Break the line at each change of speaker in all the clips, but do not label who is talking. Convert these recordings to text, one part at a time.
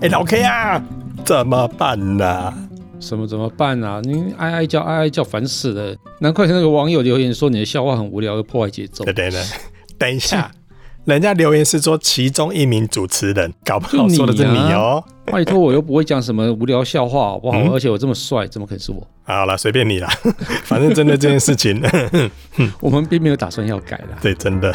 哎、老 K 啊，怎么办呢、
什么怎么办啊？你哀哀叫哀哀叫，烦死了！难怪那个网友留言说你的笑话很无聊，又破坏节奏
对。对对，等一下，人家留言是说其中一名主持人，搞不好
就你
说的是你
啊
哦、
拜托，我又不会讲什么无聊笑话，好不好？
嗯
而且我这么帅，怎么可能是我？
好了，随便你啦， 反正针对这件事情，
我们并没有打算要改啦。
对，真的。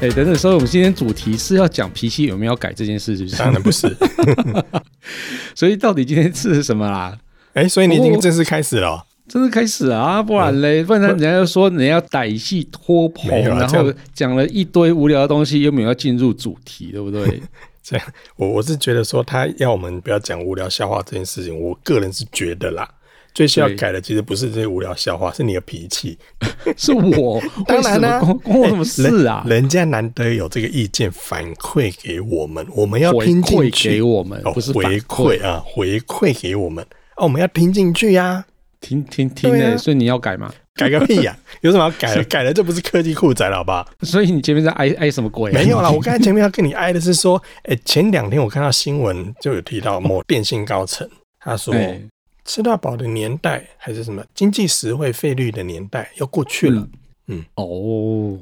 哎，等等，所以我们今天主题是要讲脾气有没有改这件事，是不
当
是？
然不是，
所以到底今天是什么啦？
哎、所以你已经正式开始了哦、
真的开始啊，不然嘞，不然人家又说人家歹戏拖棚，
呃没有啊
然
这
后
样
讲了一堆无聊的东西，又没有要进入主题，对 不对？
我我是觉得说他要我们不要讲无聊笑话这件事情，我个人是觉得啦，最需要
对
改的其实不是这些无聊笑话，是你的脾气。
是我，
当
为
然
什
啦
么关关我什么事啊？
人人家难得有这个意见反馈给我们，我们要
回
听进
馈
去。
给我们，
哦，
不是反
回馈啊，回馈给我们哦，我们要听进去呀、
听听听
对啊
嘞、所以你要改嘛？
改个屁呀、 有什么好改的？改了这不是科技酷宅了，好吧？
所以你前面在挨挨什么鬼、啊？
没有啦，我刚才前面要跟你哀的是说，哎、前两天我看到新闻就有提到某电信高层，他说
哎
吃到饱的年代还是什么经济实惠费率的年代要过去了，嗯
哦，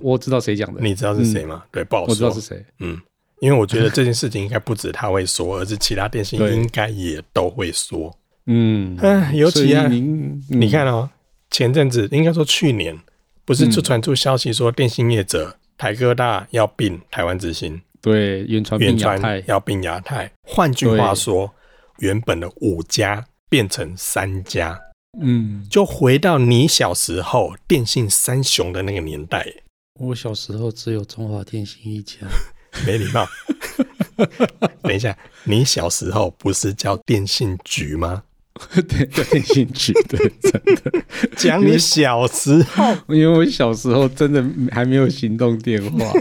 我知道谁讲的，
你知道是谁吗？对，不好
嗯我知道
说
是，谁。
嗯。因为我觉得这件事情应该不止他会说，而是其他电信
对
应该也都会说。
嗯，
嗯，尤其啊
所以，嗯您
你，看哦，前阵子应该说去年，不
嗯
是就传出消息说电信业者台哥大要并台湾之星，
嗯对，原传
远
病亚
传
太，
要并亚太。换句话说，原本的五家变成三家，
嗯，
就回到你小时候电信三雄的那个年代，
我小时候只有中华电信一家，
没礼貌。 等一下，你小时候不是叫电信局吗？
对，有点兴趣，对， 真的，
讲你小时候，
因为我小时候真的还没有行动电 话，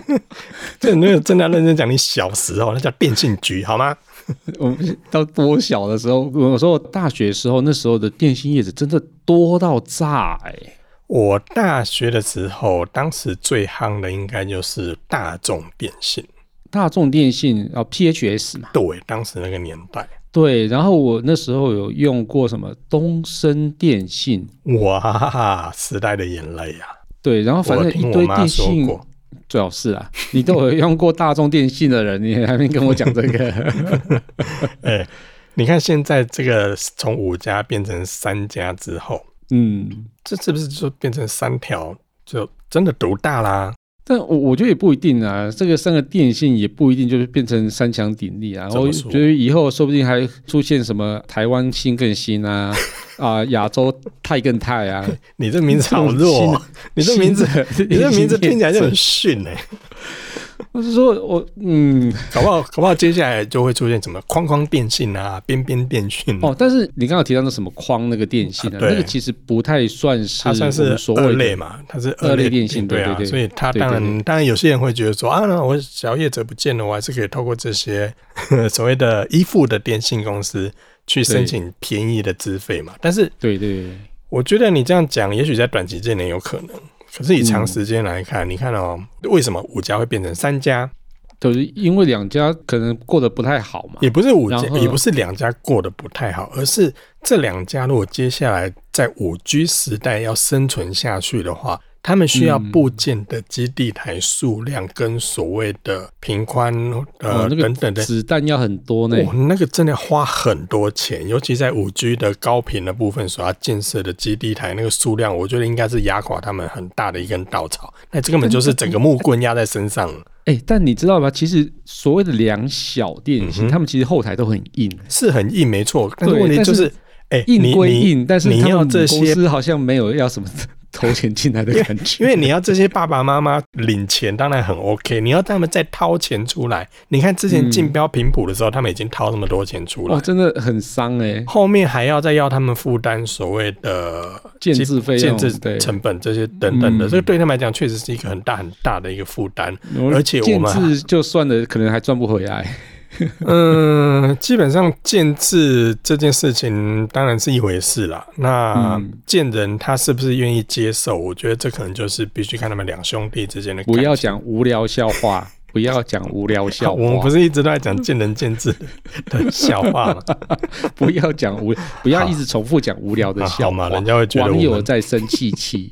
这没有 真的要认真讲，你小时候那叫电信局好吗？
我们到多小的时候，我说我大学的时候，那时候的电信业者真的多到炸哎、
我大学的时候，当时最夯的应该就是大众电信，
大众电信啊、PHS 嘛，
对，当时那个年代，
对，然后我那时候有用过什么东升电信，
哇，时代的眼泪啊呀、
对，然后反
我
正
听
一
我
堆
妈
电
说
信，
过，
最好是啊，你都有用过大众电信的人，你还没跟我讲这 个，
哎、你看现在这个从五家变成三家之后，
嗯，
这是不是就变成三条，就真的独大啦？
但我我觉得也不一定啊，这个三个电信也不一定就是变成三强鼎立啊，
怎么
我
说
觉得以后说不定还出现什么台湾新更 新啊，啊亚洲泰更泰啊，
你这名字好弱哦、 你这名字，
新的，
你这名字听起来就很
电信业者，
逊哎、
我是说我嗯。
搞不好，搞不好接下来就会出现什么框框电信啊、边边电讯、啊、
哦，但是你刚刚提到那什么框那个电信啊，
啊对
那个其实不太算是
它算
我们
是
所
二
谓
类
的
嘛，它是
二
类
类电信
对啊
对对，对
所以它
对
当
对
然当然有些人会觉得说啊，那我小业者不见了，我还是可以透过这些 所谓的依附的电信公司去申请便宜的资费嘛。但是
对对对，
我觉得你这样讲，也许在短期之内有可能，可是以长时间来看，你看哦，为什么五家会变成三家？
就是因为两家可能过得不太好嘛
也，不是五家，
然后
也不是两家过得不太好，而是这两家如果接下来在五 G 时代要生存下去的话，他们需要
嗯
部件的基地台数量跟所谓的频宽呃、
哦那个
等等的。
子弹要很多呢，
哇，那个真的要花很多钱，尤其在五 G 的高频的部分所要建设的基地台那个数量，我觉得应该是压垮他们很大的一根稻草。那这根本就是整个木棍压在身上了。
哎、但你知道吧？其实所谓的两小电信，
嗯哼
他们其实后台都很硬，
是很硬，没错，但是
对
问题
但
就是是，哎、
硬
你
归
你
硬，但是
你
他
要
们
这
公
些
司好像没有要什么 投钱进来的感觉。
因为你要这些爸爸妈妈领钱，当然很 OK。你要他们再掏钱出来，你看之
嗯
前竞标平埔的时候，他们已经掏那么多钱出来
哇，，真的很伤哎、
后面还要再要他们负担所谓的
建制费
建
用
制
对
成本这些等等的，
嗯
这个对他们来讲确实是一个很大很大的一个负担。而且我
建
们
制就算了，可能还赚不回来。
嗯，基本上建制这件事情当然是一回事啦。那
嗯
建人他是不是愿意接受？我觉得这可能就是必须看他们两兄弟之间的感
不
情。
要讲无聊笑话，不要讲无聊笑话，
我们不是一直都在讲见仁见智的 笑话吗？
不要讲无，不要一直重复讲无聊的
啊
笑
好嘛，
话。
人家会觉得
网
我
友
们
在生气气，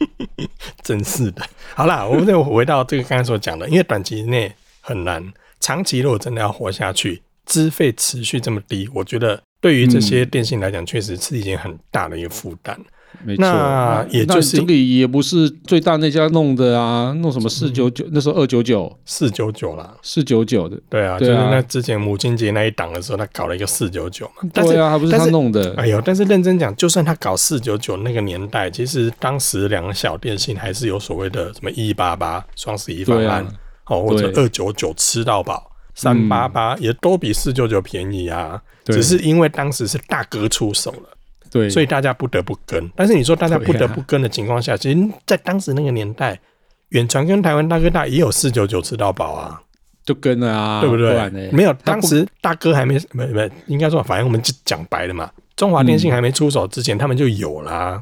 真是的。 好啦，我们再回到这个刚才所讲的，因为短期内很难，长期如果真的要活下去，资费持续这么低，我觉得对于这
嗯
些电信来讲，确实是一件很大的一个负担。
没错。
那也就是嗯
那这个也不是最大那家弄的啊，弄什么四九九，那时候二九九、
四九九啦，
四九九的，
对啊，
对啊
就是那之前母亲节那一档的时候，他搞了一个四九九嘛，但是
对啊，还不是
但
他
是
弄的，
哎呦，但是认真讲，就算他搞四九九那个年代，其实当时两个小电信还是有所谓的什么一八八双十一方
对
案
啊，
哦，或者
对嗯
二九九吃到饱，三八八也都比四九九便宜啊。
对
只是因为当时是大哥出手了，
对，
所以大家不得不跟。但是你说大家
对啊
不得不跟的情况下，其实，在当时那个年代，远传跟台湾大哥大也有四九九吃到饱啊。
就跟了啊，
对不对？
然呢
没有，
他
当
不
时大哥还没没没，应该说，反正我们就讲白了嘛。中华电信还没出手之前，他们就有啦，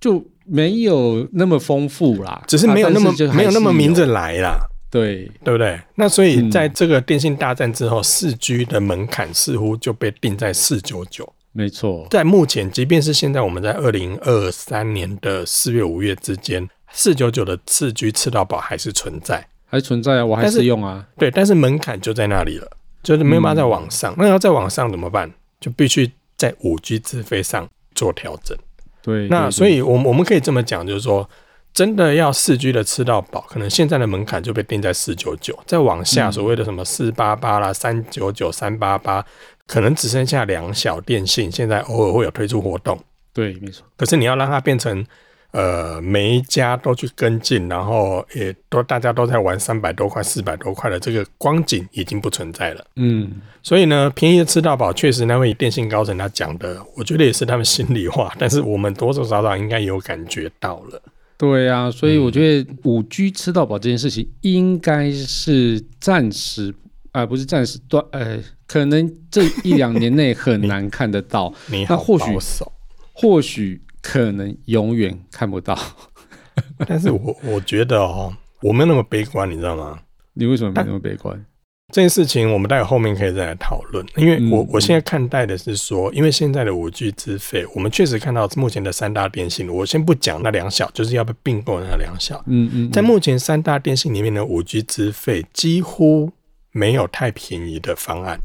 就没有那么丰富啦，
只是没有那么
啊但是就还是
没有那么明
有
着来啦，
对，
对不对？那所以
嗯
在这个电信大战之后，四 G 的门槛似乎就被定在四九九。
没错，
在目前，即便是现在我们在二零二三年的四月、五月之间，四九九的四 G 吃到饱还是存在。
还存在啊，我还
但是
是用啊，
对，但是门槛就在那里了，就是没有办法再
嗯
往上。那要再往上怎么办？就必须在五 G 自费上做调整。
对，
那
对
所以，我们我们可以这么讲，就是说，真的要四 G 的吃到饱，可能现在的门槛就被定在四九九，再往下
嗯
所谓的什么四八八啦、三九九、三八八，可能只剩下两小电信，现在偶尔会有推出活动，
对对没错，
可是你要让它变成。呃，每一家都去跟进，然后也都大家都在玩三百多块、四百多块的这个光景已经不存在了。
嗯，
所以呢，便宜的吃到饱，确实那位电信高层他讲的，我觉得也是他们心里话， 但是我们多多少少应该有感觉到了。
对啊，所以我觉得五 G 吃到饱这件事情应该是暂时啊、不是暂时断，呃，可能这一两年内很难看 得到，
你好
那或许
保守，
或许可能永远看不到。
但是我我觉得哦，我没有那么悲观，你知道吗？
你为什么没那么悲观？
这件事情我们待会后面可以再来讨论，因为我、
嗯
我现在看待的是说，因为现在的五 G 资费，我们确实看到目前的三大电信，我先不讲那两小，就是要被并购的那两小，
嗯嗯，
在
嗯
目前三大电信里面的五 G 资费几乎没有太便宜的方案。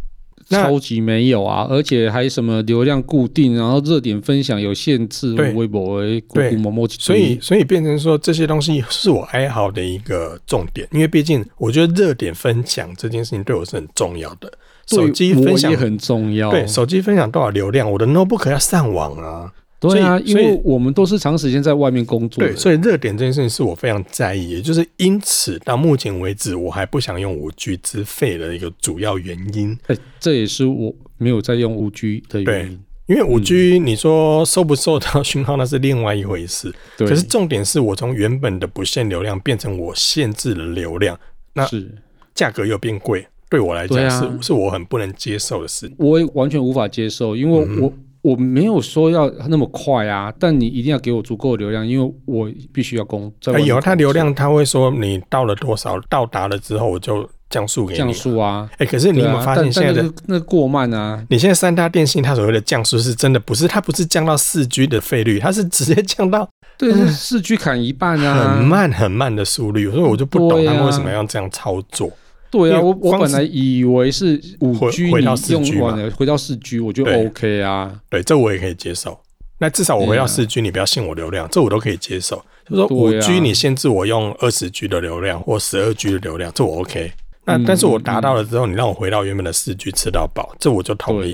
那
超级没有啊，而且还什么流量固定，然后热点分享有限制，
对
微博、谷
对
谷某某，
所以，所以变成说这些东西是我哀嚎的一个重点，因为毕竟我觉得热点分享这件事情对我是很重要的。
对
手机分享
我也很哦重要。
对手机分享多少流量，我的 notebook 要上网啊。
对啊，
所以
因
所以
为我们都是长时间在外面工作的
对，，所以热点这件事情是我非常在意，也就是因此到目前为止，我还不想用五 G 资费的一个主要原因。
哎这也是我没有在用五 G 的原因。
因为五 G，你
嗯
说收不收到讯号那是另外一回事，
对，
可是重点是我从原本的不限流量变成我限制了流量，那
是
价格又变贵，对我来讲
对啊
是、是我很不能接受的事。
我也完全无法接受，因
嗯
为我、我没有说要那么快啊，但你一定要给我足够的流量，因为我必须要工在外
哎
面
有
工
它
作
流量，它会说你到了多少，到达了之后我就降速给你。
降速啊。
哎、可是你有没有
对啊
发
但
现现在
但
的、
那个那个过慢啊？
你现在三大电信它所谓的降速是真的不是，它不是降到四 G 的费率，它是直接降到
对，是四 G 砍一半啊，
很慢很慢的速率，所以我就不懂
对
他
啊
们为什么要这样操作。
对啊，
因为
我我
光
本
是
来以为是五 G，
回回到
你
4G
用
嘛
完了回到四 G，我就
对
OK 啊。
对，这我也可以接受。那至少我回到四 G，你不要限我流量，这我都可以接受。就是说五
对啊
G 你限制我用二十 G 的流量或十二 G 的流量，这我 OK。那
嗯
但是我达到了之后，你让我回到原本的四 G 吃到饱，这我就同意。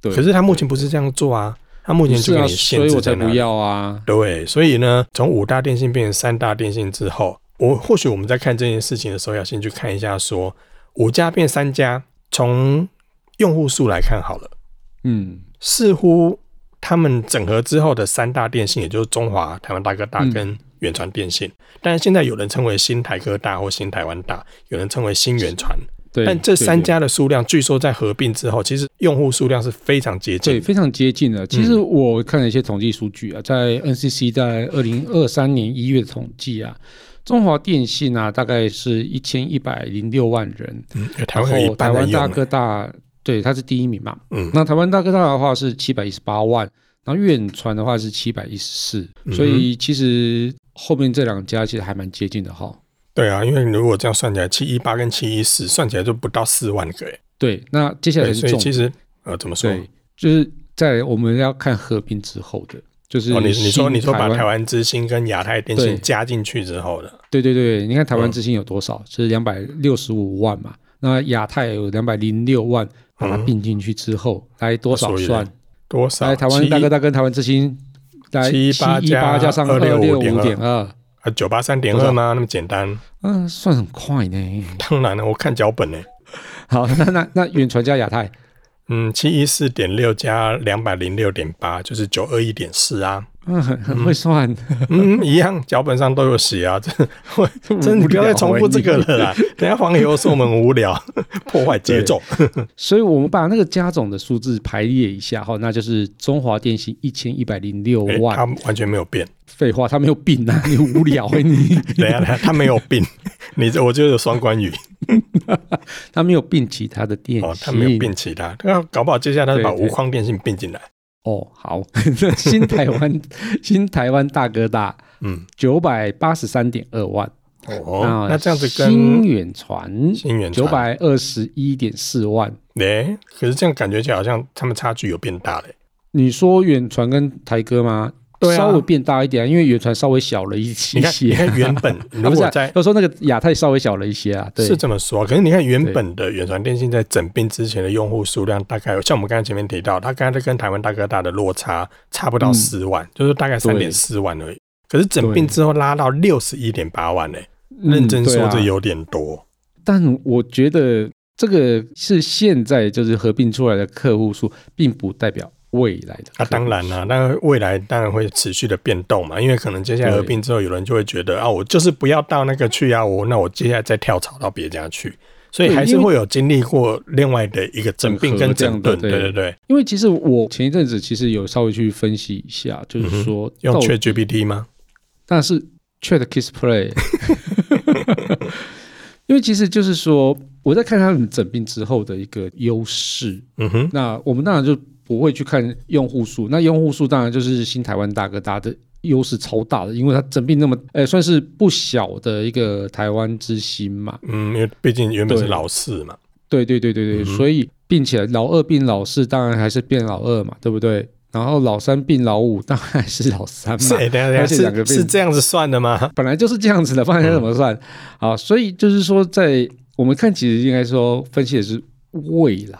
对，对
可是他目前不是这样做啊，它目前
不是
就给
啊，
你
所
限
以
制
我
在
才
那
不
里。
要啊。
对，所以呢，从五大电信变成三大电信之后，我或许我们在看这件事情的时候，要先去看一下说五家变三家，从用户数来看好了，
嗯，
似乎他们整合之后的三大电信，也就是中华、台湾大哥大
嗯
跟远传电信，但是现在有人称为新台科大或新台湾大，有人称为新远传，
对。
但这
对
三
对
家的数量，据说在合并之后，其实用户数量是非常接近
对，
的。
非常接
嗯
近了。其实我看了一些统计数据啊，在 NCC 在二零二三年一月统计啊，中华电信啊大概是一千一百零六万人，
嗯，台
然
湾有
后
一
台
半人
湾大
用了。
哥大对它是第一名嘛，
嗯，
那台湾大哥大的话是七百一十八万，然后远传的话是七百一十
嗯
四，
哼
所以其实后面这两家其实还蛮接近的哈。
对啊，因为如果这样算起来，七一八跟七一四算起来就不到四万个哎。
对，那接下来才
对，
是
所以
重
其
点，
实呃，怎么说？
对，就是在我们要看合并之后的，就是
哦，你你说
新
你说把
湾
台湾之星跟亚太电
对
信加进去之后的，
对对对，你看台湾
嗯
之星有多少？是两百六十五万嘛？那亚太有两百零六万，把它
嗯
并进去之后，来多
那
少
所以呢
算？
多少？
哎来台湾
七
大哥大跟台湾之星，来
七八
八加上
加
二六五
265.2
点二，
啊九八三点
多
二
少
吗？那么简单？
嗯，算很快呢。
当然了，我看脚本呢。欸
好，那那那远传加亚太，
嗯，七一四点六加两百零六点八就是九二一点四 啊，
嗯，很很会算。
嗯，一样，脚本上都有写啊，这我 真的
无聊欸
不要再重复这个了啦。等一下黄油说我们无 聊，破坏节奏。
所以我们把那个加总的数字排列一下哈，那就是中华电信一千一百零六
诶
万。
哎他完全没有变。
废话，他没有病啊， 你无聊哎、你。
等一下，等一下他没有 病，你这我就有双关语
他没有并其他的电信，
哦，他没有并其他，他搞不好接下来他把
嗯对对
无框电信并进来。
哦，好， 新台湾 新台湾大哥大
嗯，
九百八十三点二万，
哦，那这样子
新
跟
远传
新源
九，百二十一点四万。
哎，可是这样感觉起来好像他们差距有变大嘞。
你说远传跟台哥吗？
对啊
稍微变大一点，因为远传稍微小了一些
你看， 你看原本
啊
如
不是
果
啊
在
要说那个亚太稍微小了一些啊，对，
是这么说，可是你看原本的远传电信在整并之前的用户数量大概有，像我们刚才前面提到，它刚才跟台湾大哥大的落差差不到
嗯
四万、就是大概三点四万而已。可是整并之后拉到六十一点八万呢、
嗯
认真
对
说
啊
这有点多。
但我觉得这个是现在就是合并出来的客户数，并不代表未来的
那、
客户
啊当然啦、那未来当然会持续的变动嘛，因为可能接下来合并之后，有人就会觉得啊，我就是不要到那个去啊，我那我接下来再跳槽到别家去，所以
对
还是
因为
会有经历过另外的一个整并跟整顿，
整合这
对
样
对
的对
对，
因为其实我前一阵子其实有稍微去分析一下，就是说
嗯用
到底
ChatGPT 吗？
但是 Chat Kiss Play，因为其实就是说我在看他们整并之后的一个优势，
嗯 哼，
那我们当然就不会去看用户数，那用户数当然就是新台湾大哥大的。优势超大的，因为它整并那么，呃、算是不小的一个台湾之星嘛。
嗯，因为毕竟原本是
对
老四嘛，
对对对对对，所以并且老二并老四，当然还是变老二嘛，对不对？然后老三并老五，当然还是老三
是、
嘛。
欸、等一下
而且
等一
两
下，
个
是
变
是这样子算的吗？
本来就是这样子的，不然要怎么算？啊，所以就是说在，我们看，其实应该说分析的是未来。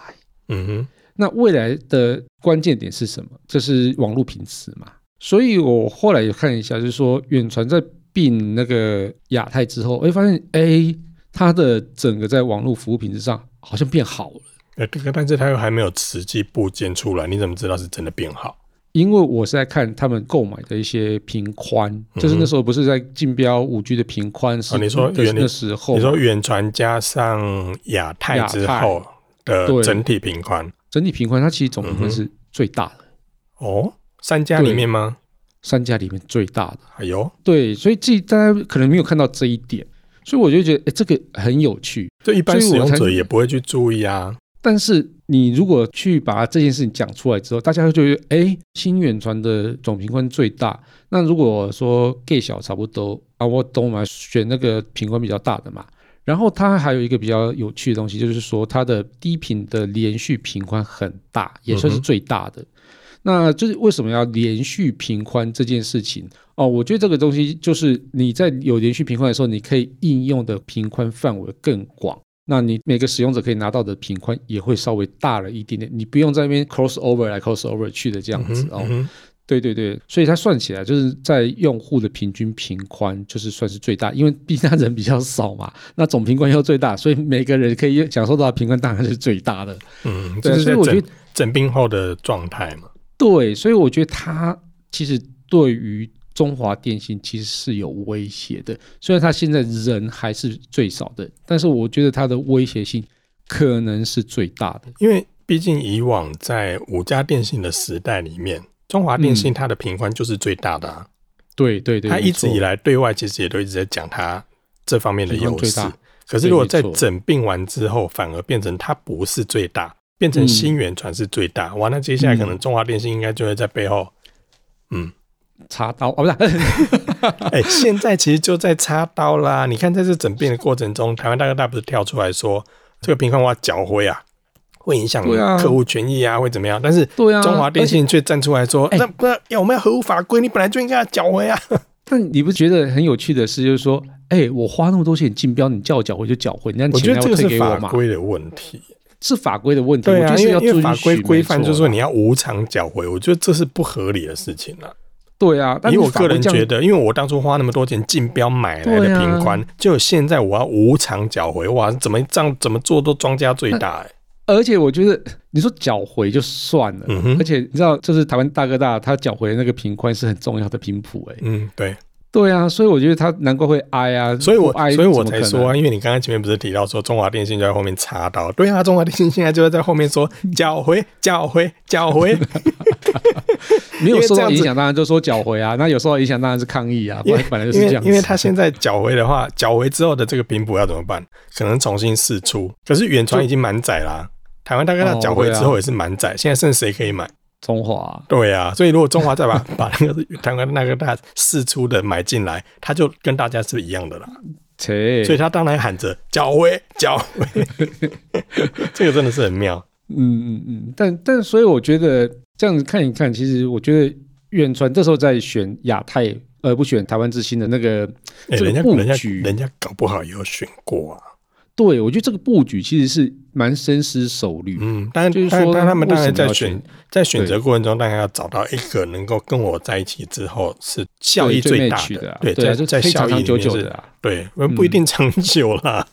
嗯哼，
那未来的关键点是什么？就是网络频次嘛。所以我后来有看一下，就是说远传在并那个亚太之后，哎，发现哎，它的整个在网络服务品质上好像变好了。
呃，这个但是它又还没有实际部件出来，你怎么知道是真的变好？
因为我是在看他们购买的一些频宽，就是那时候不是在竞标五 G 的频宽
嗯
是、
哦你说
的
原来
那时候
你说远传加上亚太
亚
之
太
后的
对
整体频宽，
整体频宽，它其实总频
嗯
宽是最大的，
哦，三家里
对
面吗？
三家里面最大的。
哎呦，
对，所以自己大家可能没有看到这一点，所以我就觉得哎，这个很有趣。
就一般使
所以我
用
才
者也不会去注意啊。
但是你如果去把这件事情讲出来之后，大家会觉得，哎，新远传的总频宽最大。那如果说 gay 小差不多啊，我懂嘛，选那个频宽比较大的嘛。然后它还有一个比较有趣的东西，就是说它的低频的连续频宽很大，也算是最大的。那就是为什么要连续频宽这件事情哦？我觉得这个东西就是你在有连续频宽的时候，你可以应用的频宽范围更广。那你每个使用者可以拿到的频宽也会稍微大了一点点，你不用在那边 cross over 来 cross over 去的这样子
嗯
哦。
哼
对对对，所以它算起来就是在用户的平均频宽就是算是最大，因为毕竟他人比较少嘛，那总频宽又最大，所以每个人可以享受到的频宽当然是最大的。
嗯哼，
对
这是
所
在
以我觉
整
得
整病后的状态嘛。
对，所以我觉得它其实对于中华电信其实是有威胁的，虽然它现在人还是最少的，但是我觉得它的威胁性可能是最大的。
因为毕竟以往在五家电信的时代里面，中华电信它的频宽就是最大的、啊，
对对对，
它
没
一直
错
以来对外其实也都一直在讲它这方面的
频宽
优
最
势
大。
可是如果在
对没错
整并完之后，反而变成它不是最大，变成
嗯
新源传是最大，哇，那接下来可能
嗯
中华电信应该就会在背后，嗯，
插刀哦，不是
哎、现在其实就在插刀啦。你看在这整并的过程中，台湾大哥大不是跳出来说这个频宽我要缴回啊，会影响
对啊
客户权益啊，会怎么样？但是
对啊，
中华电
而且
信却站出来说：“
哎
那不要，我们要合乎法规，你本来就应该要缴回啊。
但你不觉得很有趣的是，就是说，哎、我花那么多钱竞标，你叫我缴回就缴回，那”
我觉
钱
得
要
这个
退
是
给我
法
嘛？
规的问题。
是法规的问题，
对
我觉
啊，因
得是
为
要
因为
遵
法
循
规规范
没
就
错
是说
啦
你要无偿缴回，我觉得这是不合理的事情了、
对啊，但
以
是
我
法
个
规
人
这样
觉得，因为我当初花那么多钱竞标买来的
对啊
平宽，就现在我要无偿缴回，哇，怎么这样怎么做都庄家最大、欸。
而且我觉得你说缴回就算了，
嗯哼
而且你知道，就是台湾大哥大他缴回的那个频宽是很重要的频谱、哎、
嗯，对，
对啊，所以我觉得他难怪会挨啊，
所以我
不挨
所以我
怎么
才
可能
说啊，因为你刚刚前面不是提到说中华电信就在后面插刀，对啊，中华电信现在就在后面 说缴回、缴回、缴回。
没
因为
有受
这样
到
子
影响，当然就说缴回啊，那有受到影响当然是抗议啊，
因
本
为
来本来就是
因
这
为
样子
因为他现在缴回的话，缴回之后的这个频谱要怎么办？可能重新试出。可是远传已经满载啦、台湾大哥大
哦
缴回
对啊
之后也是满载，现在剩谁可以买？
中华
对啊，所以如果中华再把 把那个台湾大哥大试出的买进来，他就跟大家是一样的啦。
切，
所以他当然喊着缴回缴回， 这个真的是很妙。
嗯嗯嗯，但但所以我觉得这样子看一看，其实我觉得远传这时候在选亚太，呃，不选台湾之星的那个
哎、
这个
人家
布
人家
局
人家搞不好也有选过啊。
对，我觉得这个布局其实是蛮深思熟虑。
嗯，当然，
就是
当然
说
当然他们当
为
然
什么
在
要
选
选
在选择
对
过程中，当然要找到一个能够跟我在一起之后是效益
对最
大
match 的啊，
对，
对啊，
在
就
在
可以
效
长
益
长
里
久
面
久
是
的，啊。
对，不一定长久 啦。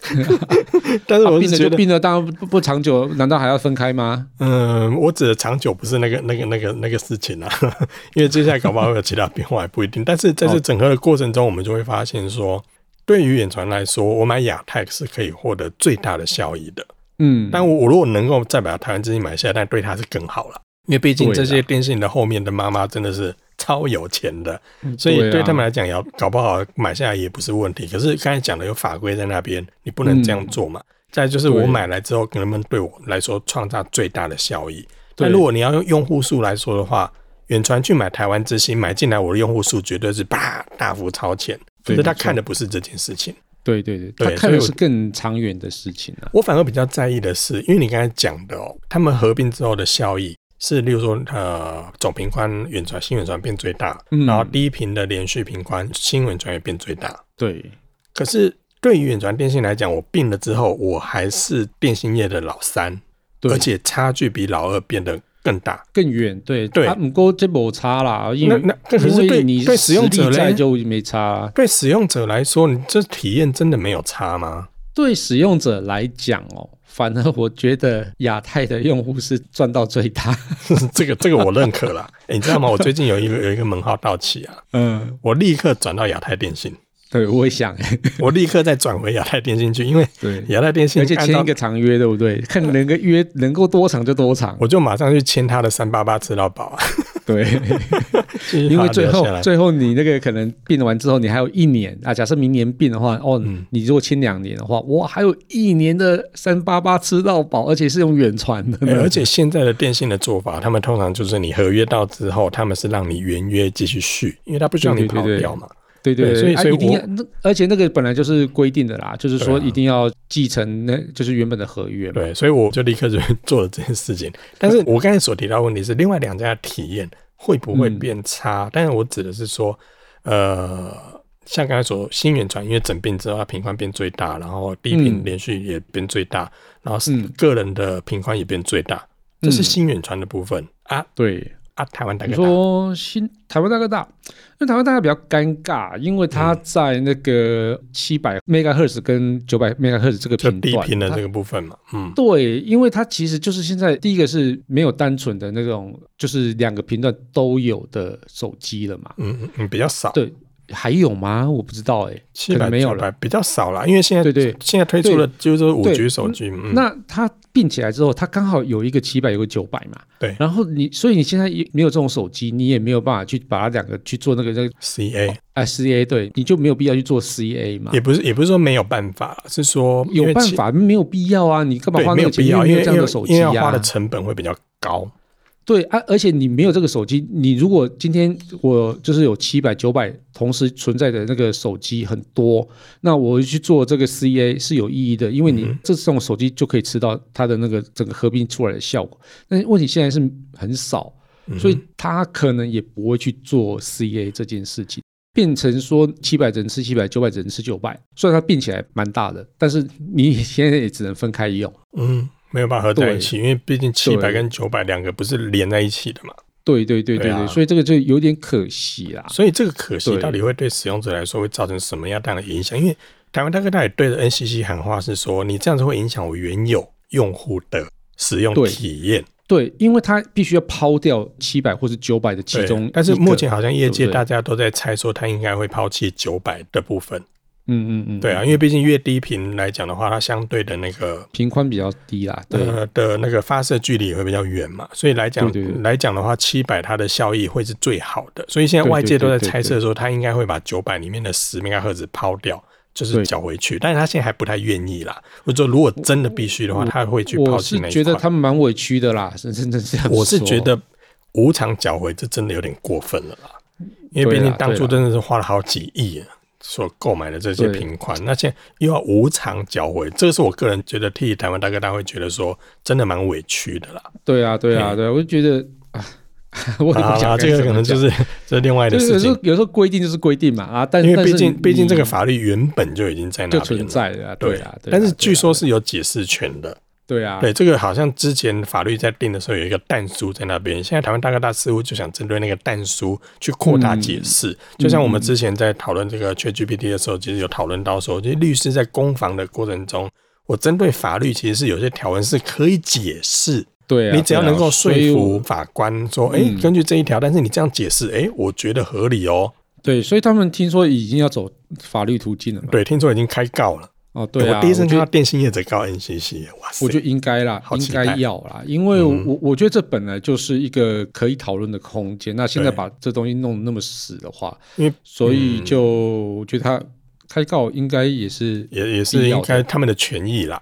但是
啊
我
病
是
了
觉
就
得，
病了，当然不不长久，难道还要分开吗？
嗯，我指的长久不是那个那个那个那个事情啊， 因为接下来搞不好会有其他变化也不一定。但是在这
哦
整合的过程中，我们就会发现说，对于远传来说，我买亚太是可以获得最大的效益的。
嗯，
但我我如果能够再把台湾之星买下来，但对它是更好了，因为毕竟
对
这
啦
些电信的后面的妈妈真的是超有钱的，所以
对啊
对他们来讲，也要搞不好买下来也不是问题。可是刚才讲的有法规在那边，你不能这样做嘛。再来就是我
嗯对
买来之后，能不能对我来说创造最大的效益？
对
但如果你要用用户数来说的话，远传去买台湾之星买进来，我的用户数绝对是啪大幅超前。可
对
是他
没错
看的不是这件事情。
对对对，
对
他看
所以
的
我
是更长远的事情啊。
我反而比较在意的是，因为你刚才讲的哦，他们合并之后的效益是，例如说，呃，总频宽远传新远传变最大，
嗯
然后低频的连续频宽新远传也变最大。
对，
可是对于远传电信来讲，我并了之后，我还是电信业的老三，
对
而且差距比老二变得更大。
更远，对
对
啊，不过这没差啦，因
那
为
那可是
因
对
为你
对使用
实力
者
在
来
就没差啊。
对使用者来说，你这体验真的没有差吗？
对使用者来讲哦，反而我觉得亚太的用户是赚到最大。
这个这个我认可啦。 诶你知道吗？我最近有一个 有一个门号到期啊，
嗯，
我立刻转到亚太电信。
对，我也想，
我立刻再转回亚太电信去，因为
对，
亚太电信
而且签
按
一
照呃
个长约，对不对？看能够约能够多长就多长，
我就马上去签他的三八八吃到饱啊，
对，
继续
因
把
为
它
最
留
后
下来
最后你那个可能病完之后，你还有一年啊。假设明年病的话，哦，
嗯
你如果签两年的话，我还有一年的三八八吃到饱，而且是用远传的
哎
呢，
而且现在的电信的做法，他们通常就是你合约到之后，他们是让你原约继续续，因为他不需要你
对对
跑
对对
掉嘛。
对对
对
对，
所以
啊
所以
一定
我
要那，而且那个本来就是规定的啦，就是说
对啊
一定要继承那就是原本的合约嘛。
对，所以我就立刻就 做了这件事情。但是我刚才所提到的问题是，另外
嗯
两家的体验会不会变差？但是我指的是说，呃，像刚才所新远传，因为整并之后，它频宽变最大，然后低频连续也变最大，然后是
嗯
个人的频宽也变最大，这是新远传的部分啊
对，
啊！台湾大
你
概大
说新台湾大哥大，因为台湾大哥大比较尴尬，因为它在那个七百 megahertz 跟九百 megahertz 这个
就
频
低
段，
频的
它
这个部分嘛，嗯，
对，因为它其实就是现在第一个是没有单纯的那种，就是两个频段都有的手机了嘛。
嗯嗯嗯，比较少，
对，还有吗？我不知道哎、
七
可
百
能没有
九百比较少啦，因为现在
对对
现在推出了就是五
对
G 手机，嗯，
那它并起来之后，它刚好有一个七百，有个九百嘛。
对
然后你，所以你现在也没有这种手机，你也没有办法去把它两个去做那个那个
嗯 CA
啊 CA，对，你就没有必要去做 CA 嘛
也。不是也不是说没有办法啦，是说因
有
为
办
其
法没有必要啊？你干嘛
对
花
没
那
有
个钱？
必要，
因
因
为没有
为
这样的手
因为
机
要花
啊
的。成本会比较高，
对啊，而且你没有这个手机，你如果今天我就是有七百、九百同时存在的那个手机很多，那我去做这个 CA 是有意义的，因为你这种手机就可以吃到它的那个整个合并出来的效果。但是问题现在是很少，所以它可能也不会去做 CA 这件事情。变成说七百只能吃七百，九百只能吃九百。虽然它并起来蛮大的，但是你 现在也只能分开用。
嗯，没有办法合在
对
一起，因为毕竟七百
对
跟九百两个不是连在一起的嘛，
对对对对
对
对，
啊
所以这个就有点可惜啦。
所以这个可惜
对
到底会对使用者来说会造成什么样的影响？因为台湾大哥大也对着 NCC 喊话是说，你这样子会影响我原有用户的使用
对
体验。
对，因为它必须要抛掉七百或是九百的其
对
中，
但是目前，好像业
对
界
不对
大家都在猜说，它应该会抛弃九百的部分。
嗯嗯嗯，
对，啊，因为毕竟越低频来讲的话，它相对的那个。
频宽比较低啦，对，
呃的那个发射距离也会比较远嘛，所以来讲
对对对
来讲的话，七百它的效益会是最好的，所以现在
对
外界都在
对对
猜测说，它应该会把九百里面的十 m 赫兹抛掉，就是
对
缴回去，但是他现在还不太愿意啦。我说如果真的必须的话，他会去抛
我
弃
是
那一
觉得
块。
他们蛮委屈的啦， 真真真这样说，
我是觉得无偿缴回这真的有点过分了啦，因为毕
对啦
竟当初
对
真的是花了好几亿啊所购买的这些
对
平款，那现在又要无偿缴回，这个是我个人觉得替台湾大哥大会觉得说真的蛮委屈的啦。
对啊，对啊，对啊，我就觉得啊， 我
啊，
也不
好
想
啦
该
这个
怎
可
么
能就
讲
是 这是另外的
就
事
有时
情
候，有时候规定就是规定嘛啊，但
因为
但
毕
是
竟毕竟这个
你
法律原本就已经在那
就
边了。
存在的啊，
对
啊，对啊
但是
对啊
据说是有解释权的。
对啊，
对，这个好像之前法律在定的时候有一个弹书在那边，现在台湾大哥大似乎就想针对那个弹书去扩大解
嗯
释。就像我们之前在讨论这个 ChatGPT 的时候，其实有讨论到说，就是律师在攻防的过程中，我针对法律其实是有些条文是可以解释，
对啊，
你只要
对啊
能够说
所以嗯
服法官说，哎、根据这一条，但是你这样解释，哎、我觉得合理哦。
对，所以他们听说已经要走法律途径了嘛，
对，听说已经开告了。
哦，对啊，
我第一次
我觉
看
得
到电信业者告 NCC，哇塞！
我觉得应该啦
好，
应
期待嗯
该要啦，因为我、我觉得这本来就是一个可以讨论的空间。那现在
对
把这东西弄得那么死的话，
因为嗯
所以就我觉得他开告应该也是
也也是
必要
应
的
该他们的权益啦。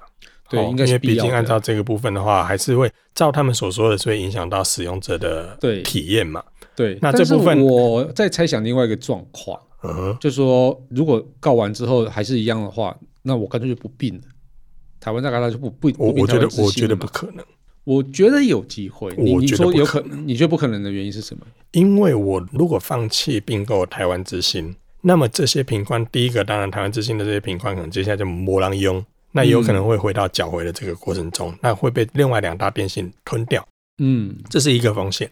对
哦
应该是
因为
必
毕
要
竟
的
按照这个部分的话，还是会照他们所说的，是会影响到使用者的
对
体验嘛。
对。
那
但
这
是
部分
我在猜想另外一个状况，
嗯哼，
就说如果告完之后还是一样的话，那我干脆就不并了。台湾大概他就不不
我
不并
我觉
台
得
湾之
我
星
觉得
了
不
嘛
可能，
我觉得有机会。你
我
你
觉得
说
不
有
可
可，你觉得不可能的原因是什么？
因为我如果放弃并购台湾之星，那么这些平宽，第一个当然台湾之星的这些平宽可能接下来就磨狼庸，那有可能会回到缴回的这个过程中，那会被另外两大电信吞掉。
嗯，
这是一个风险。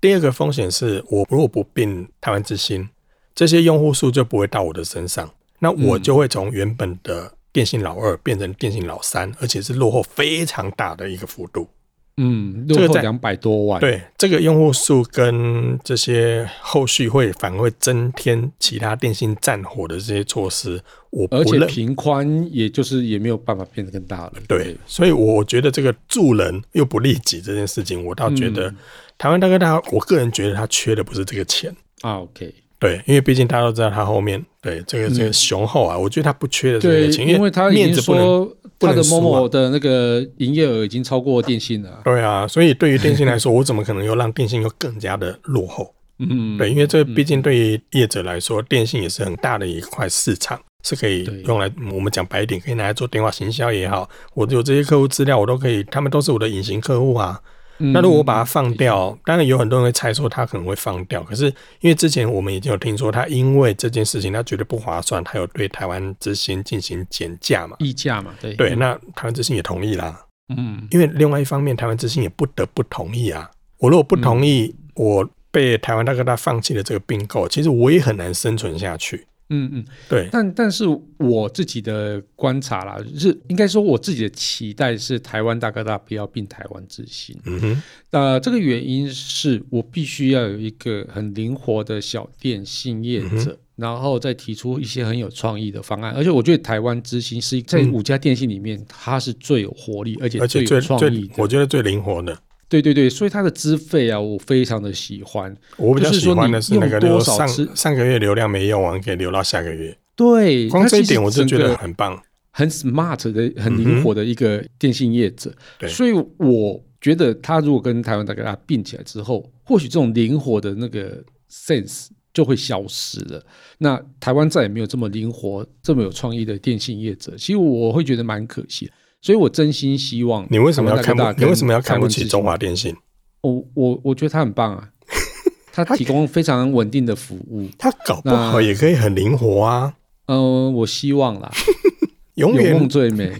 第二个风险是我如果不并台湾之星，这些用户数就不会到我的身上，那我就会从原本的电信老二变成电信老三，而且是落后非常大的一个幅度。
嗯，
这
落
个
后
在
两百多万，
对，这个用户数跟这些后续会反而会增添其他电信战火的这些措施，我
而
不
且
认
频宽也就是也没有办法变得更大了。
对，所以我我觉得这个助人又不利己这件事情，我倒觉得台湾大哥大，我个人觉得他缺的不是这个钱。
啊，OK，
对，因为毕竟大家都知道他后面对这个这个雄厚啊，我觉得他不缺的这
嗯对
个，钱，
因为他已
面
经
子不能。
说
不
他
能
的
输啊
某某的那个营业额已经超过电信了。
对啊，所以对于电信来说，我怎么可能又让电信又更加的落后？
嗯，
对，因为这毕竟对于业者来说，电信也是很大的一块市场，是可以
对
用来我们讲白一点，可以拿来做电话行销也好，我有这些客户资料，我都可以，他们都是我的隐形客户啊。
嗯
那如果我把它放掉，当然有很多人会猜说他可能会放掉，可是因为之前我们已经有听说他因为这件事情他觉得不划算，他有对台湾之星进行减价嘛。
溢价嘛，对
对，，那台湾之星也同意啦，
嗯，
因为另外一方面，台湾之星也不得不同意啊。我如果不同
嗯
意，我被台湾大哥大放弃了这个并购，其实我也很难生存下去。
嗯嗯，
对，
但但是我自己的观察啦，就是应该说我自己的期待是台湾大哥大不要并台湾之星。
嗯哼，
呃，这个原因是我必须要有一个很灵活的小电信业
嗯
者，然后再提出一些很有创意的方案。而且我觉得台湾之星是一在
嗯
五家电信里面，它是最有活力，而且
而且
最
最
有创意
最，
的。
我觉得最灵活的，
对对对，所以它的资费啊，我非常的喜欢。
我比较
就是
喜
说
欢
你
的是那个
用多
流
少
上
次
上个月流量没用完，可以留到下个月，
对，
光
它
这一
其实
点我就
整
觉
个
得很棒。
很 smart 的、很
嗯哼
灵活的一个电信业者。
嗯对
所以我觉得他如果跟台湾大哥大并起来之后，或许这种灵活的那个 sense 就会消失了。那台湾再也没有这么灵活、这么有创意的电信业者，其实我会觉得蛮可惜的。所以我真心希望
你为什么要看
台湾大哥
不？
大
你为什么要看不
跟台湾之
起
星
中华电信？
我我我觉得他很棒 啊，他提供非常稳定的服务。
他搞不好
那
也可以很灵活啊，
嗯、我希望啦，
永
有梦
远
最美。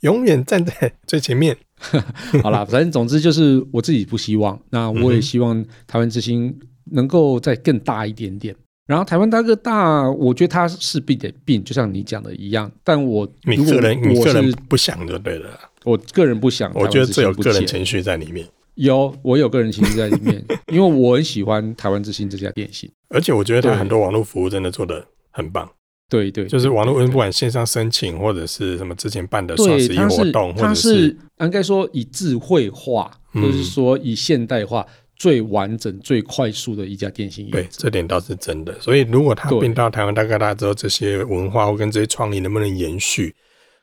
永远站在 最前面。
好啦，反正总之就是我自己不希望，那我
嗯
也希望台湾之星能够再更大一点点。然后台湾大哥大，我觉得他势必得并，就像你讲的一样。但我
你
如果
个人，你
我
个人
是
不想就对了啦。
我个人不想，
我觉得
这
这有个人情绪在里面。
有我有个人情绪在里 面，因为我很喜欢台湾之星这家电信。
而且我觉得它
对
很多网络服务真的做的很棒，
对对，
就是网络不管线上申请或者是什么之前办的双
对，
十一
它
活
是
动，或
它
者
是应该说以智慧化，
嗯
就是说以现代化最完整、最快速的一家电信业
对，这点倒是真的。所以如果它
对
并到台湾大哥大之后，这些文化或跟这些创意能不能延续？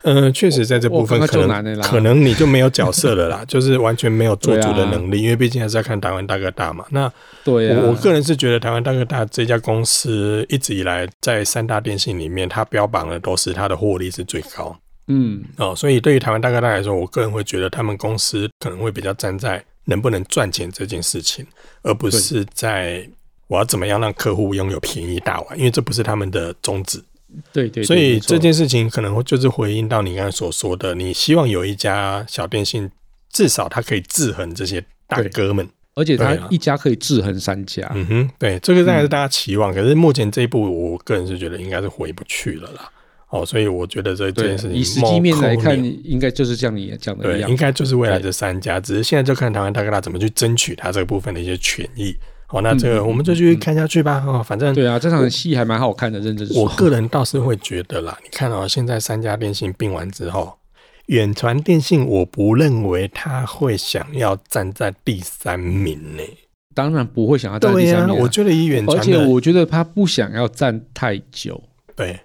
嗯，确实在这部分
我我
可
刚刚就拿
能
了啦
可能你就没有角色了啦，就是完全没有做主
对
的
啊
能力，因为毕竟还是要看台湾大哥大嘛。那
对啊，
我我个人是觉得台湾大哥大这家公司一直以来在三大电信里面，它标榜的都是它的获利是最高。
嗯，
哦，所以对于台湾大哥大来说，我个人会觉得他们公司可能会比较站在能不能赚钱这件事情，而不
对
是在我要怎么样让客户拥有便宜大碗，因为这不是他们的宗旨。
对对，
所
对
以
没错
这件事情可能会就是回应到你刚才所说的，你希望有一家小电信，至少它可以制衡这些大
对啊
哥们。
而且它
对啊
一家可以制衡三家。
嗯哼，对，这个大概是大家期望，可是目前这一步，我个人是觉得应该是回不去了啦。哦，所以我觉得这这
对
件事，情
以实际面来
猫扣
看
脸，
应该就是像你讲的一
对，
样
应。该就是未来这三家，只是现在就看台湾大哥大怎么去争取它这个部分的一些权益。好，那这个我们就继续看下去吧。哦，反正
对啊，这场戏还蛮好看的，认真说。
我个人倒是会觉得啦，你看哦，现在三家电信并完之后，远传电信我不认为他会想要站在第三名呢。
当然不会想要站在
对
第
呀、
三名
我
啊，
觉得欸以远
而
传
且
的，
我觉得他不想要站太久。
对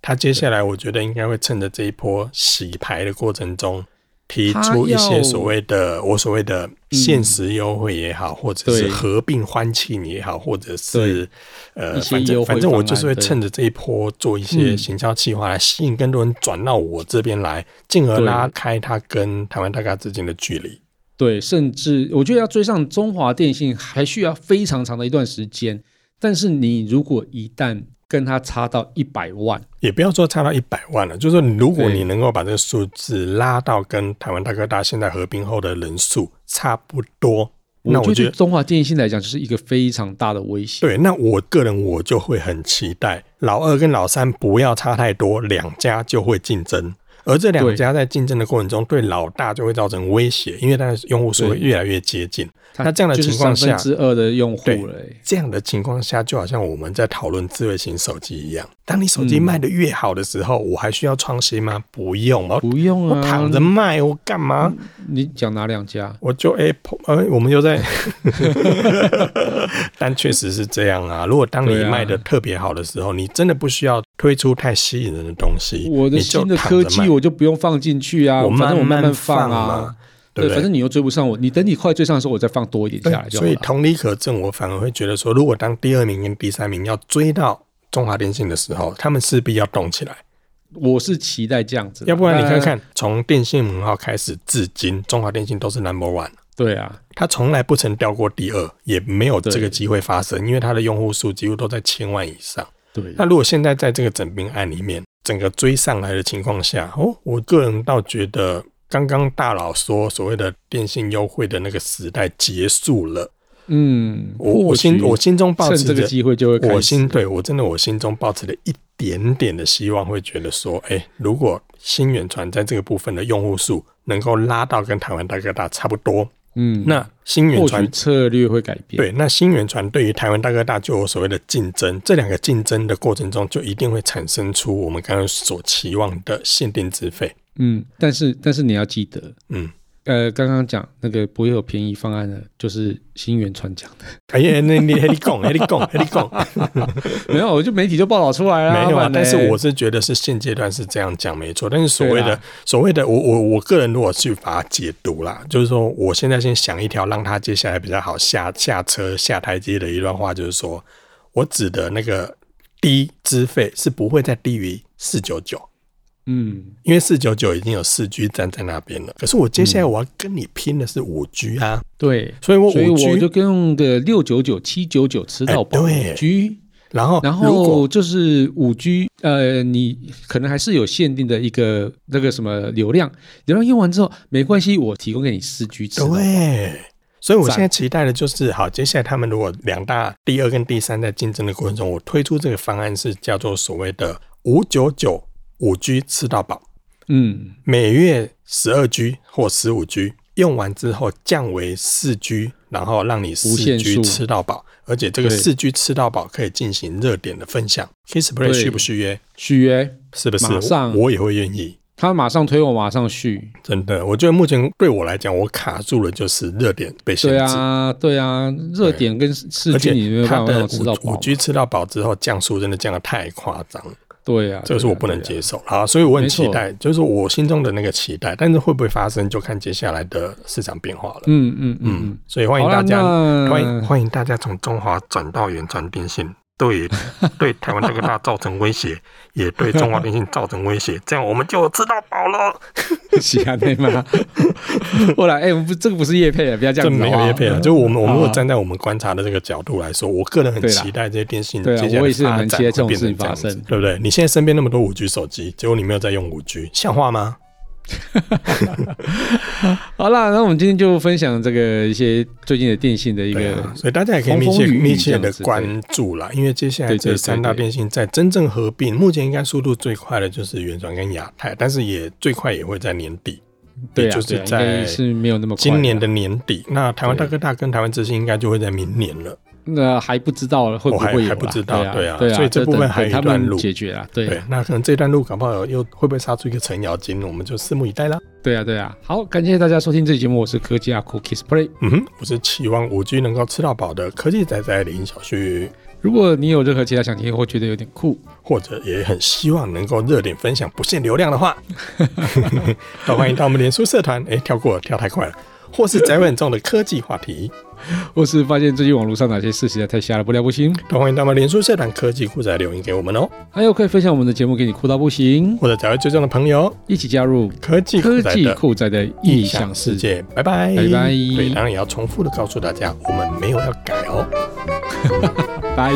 他接下来，我觉得应该会趁着这一波洗牌的过程中。提出一
他
些
要
所谓的我所谓的限时优惠也好，或者是
对
合并欢庆也好，或者是呃，
一些
反
优
正
惠
反正我
方案
就是会
对
趁着这一波做一些
嗯
行销计划，来吸引更多人转到我这边来，进而
对
拉开他跟台湾大家之间的距离。
对，甚至我觉得要追上中华电信还需要非常长的一段时间。但是你如果一旦跟他差到一百万，
也不要说差到一百万了，就是说，如果
对
你能够把这个数字拉到跟台湾大哥大现在合并后的人数差不多，那
我
我
觉
觉
得
得
对中华电信来讲就是一个非常大的威胁。
对。那我个人我就会很期待老二跟老三不要差太多，两家就会竞争。而这两
对
家在竞争的过程中，对老大就会造成威胁，因为它的用户数会
对
越来越接近。
它
那这样的
就是
情况下
三分之二的用户
对
了、欸。
这样的情况下，就好像我们在讨论智慧型手机一样，当你手机
嗯
卖得越好的时候，我还需要创新吗？不用哦，
不用啊，
我躺着卖，我干嘛？
你讲哪两家？
我就 Apple，呃，我们又在， 但确实是这样啊。如果当你
对啊
卖的特别好的时候，你真的不需要推出太吸引人的东西，
我的
你就
新的
躺
科
着
技
卖
我就不用放进去啊，
我
反正我
慢慢
慢
放嘛
啊。
对不
反
对？
正你又追不上我，你等你快追上的时候，我再放多一点下来就好
所以
了。
同理可证，我反而会觉得说，如果当第二名跟第三名要追到中华电信的时候，他们势必要动起来。
我是期待这样子的，
要不然你
但
看，看，从电信门号开始至今，中华电信都是 number one。
对啊，
它从来不曾掉过第二，也没有这
对
个机会发生，因为它的用户数几乎都在千万以上。
对，啊
那如果现在在这个整并案里面，整个追上来的情况下，哦，我个人倒觉得，刚刚大佬说所谓的电信优惠的那个时代结束了。
嗯，
我
或
我心
许
我心中抱
趁
持
这个
着，
机会就会开始
我心对我真的我心中抱持了一点点的希望，会觉得说，哎、如果新远传在这个部分的用户数能够拉到跟台湾大哥大差不多，
嗯，
那新远
或
传
许策略会改变，
对，那新源船对于台湾大哥大就有所谓的竞争，这两个竞争的过程中，就一定会产生出我们刚刚所期望的限定资费。
嗯，但是但是你要记得，
嗯，
呃，刚刚讲那个不会有便宜方案的，就是新源传讲的，
哎呀，那你你讲，你讲，你讲，
没有，我就媒体就报道出来了，
没有
不
啊
然。嘞
但是我是觉得是现阶段是这样讲没错，但是所谓
对
的
啦
所谓的我我我个人如果去把它解读啦，就是说我现在先想一条让他接下来比较好下下车下台阶的一段话，就是说我指的那个低资费是不会再低于四九九。
嗯，
因为四九九已经有四 G 站在那边了，可是我接下来我要跟你拼的是五 G 啊，
对，
所以我
嗯所以
五 G，
我就跟用个六九九、七九九吃到饱，
哎对
G，
然后
然
如果
后就是五 G，呃，你可能还是有限定的一个那个什么流量，流量用完之后没关系，我提供给你四 G 吃到饱。
对，所以我
赞
现在期待的就是，好，接下来他们如果两大第二跟第三在竞争的过程中，我推出这个方案是叫做所谓的五九九五 G 吃到饱，
嗯，
每月十二 G 或十五 G，用完之后降为四 G，然后让你四
无限
G
数
吃到饱，而且这个
对
四 G 吃到饱可以进行热点的分享，Kissplay
对
续不续约？
续约，
是不是？
马上
我我也会愿意。
他马上推我，马上续。
真的，我觉得目前对我来讲，我卡住了就是热点被限
对
制，
啊，对啊，热点跟四
而
G
且
你没有
它
办法让
的
我吃到
五
饱
五
嘛。
G 吃到饱之后降速真的降的太夸张，
对啊，
这个是我不能接受。好，所以我很期待，就是我心中的那个期待，但是会不会发生，就看接下来的市场变化了。
嗯嗯嗯
嗯，所以欢迎
好啦
大家，
那
欢迎欢迎大家从中华转到远传电信， 对对台湾大哥大造成威胁，也对中华电信造成威胁，这样我们就吃到饱了。
嗯， 喜欢内吗？ 后来，哎、我们不，这个不是叶配啊了，不要这
这
样子好
没
不好，
有业配了，就我们我们
好
如
啊
果站在我们观察的这个角度来说，我个人很
对啦
期待这些电信
对啊
接下来
我
的
也是
发
蛮期待
展
这
会变
种事
成
情
这样
发
子
生，
对不对？你现在身边那么多五 G 手机，结果你没有在用五 G，像话吗？
好啦，那我们今天就分享这个一些最近的电信的一
对
个，
啊，所以大家也可以密
风
切
风雨雨
密切
这
的
样子
关注啦，因为接下来
对对
这
对
三大
对
电信在真正合并，目前应该速度最快的就是远传跟亚太，但是也最快也会在年底，
对
也
啊，
就是
对啊应
在
该是没有那么快
今年的年底。那台湾大
对
哥大跟台湾之星应该就会在明年了。
那还不知道会不
我还
会有啦
还不知道
对
对
啊
啊，
对
所以这部分
等
还有
等
一段
他们
路
解决啦，对
对，那可能这段路搞不好又会不会杀出一个程咬金，我们就拭目以待啦。
对啊对啊，好，感谢大家收听这期节目，我是科技阿酷 Kiss Play。
嗯哼，我是期望五 G 能够吃到饱的科技仔仔林小旭，
如果你有任何其他想听或觉得有点酷，
或者也很希望能够热点分享不限流量的 话，都欢迎到我们脸书社团。哎，跳过了跳太快了，或是宅稳中的科技话题，
或是发现最近网络上哪些事实在太瞎了不聊不行，
都欢迎到我们脸书社团科技酷仔留言给我们哦，
还有可以分享我们的节目给你酷到不行，
或者宅位追踪的朋友，
一起加入
科技酷
科
仔
技
的
酷宅的异
异
想
想
世
世
界。
界，拜拜
拜拜
对，当然也要重复的告诉大家，我们没有要改哦。
拜。